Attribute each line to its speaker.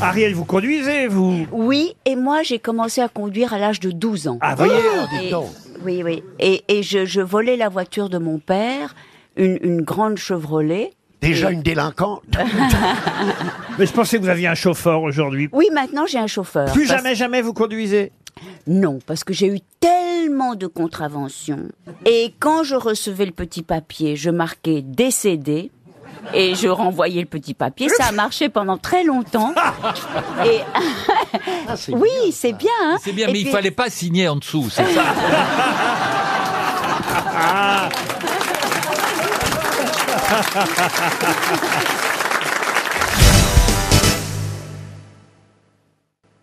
Speaker 1: Ariel, vous conduisez, vous
Speaker 2: Oui, et moi j'ai commencé à conduire à l'âge de 12 ans.
Speaker 1: Ah, voyez
Speaker 2: Et- Oui, oui. Et, et je, je volais la voiture de mon père, une, une grande Chevrolet.
Speaker 3: Déjà une délinquante.
Speaker 1: Mais je pensais que vous aviez un chauffeur aujourd'hui.
Speaker 2: Oui, maintenant j'ai un chauffeur.
Speaker 1: Plus
Speaker 2: Parce-
Speaker 1: jamais, jamais vous conduisez
Speaker 2: Non, parce que j'ai eu tellement de contraventions. Et quand je recevais le petit papier, je marquais décédé. Et je renvoyais le petit papier. Ça a marché pendant très longtemps. Et oui, c'est bien. hein.
Speaker 4: C'est bien,
Speaker 2: Et
Speaker 4: mais il
Speaker 2: puis-
Speaker 4: fallait pas signer en dessous, c'est ça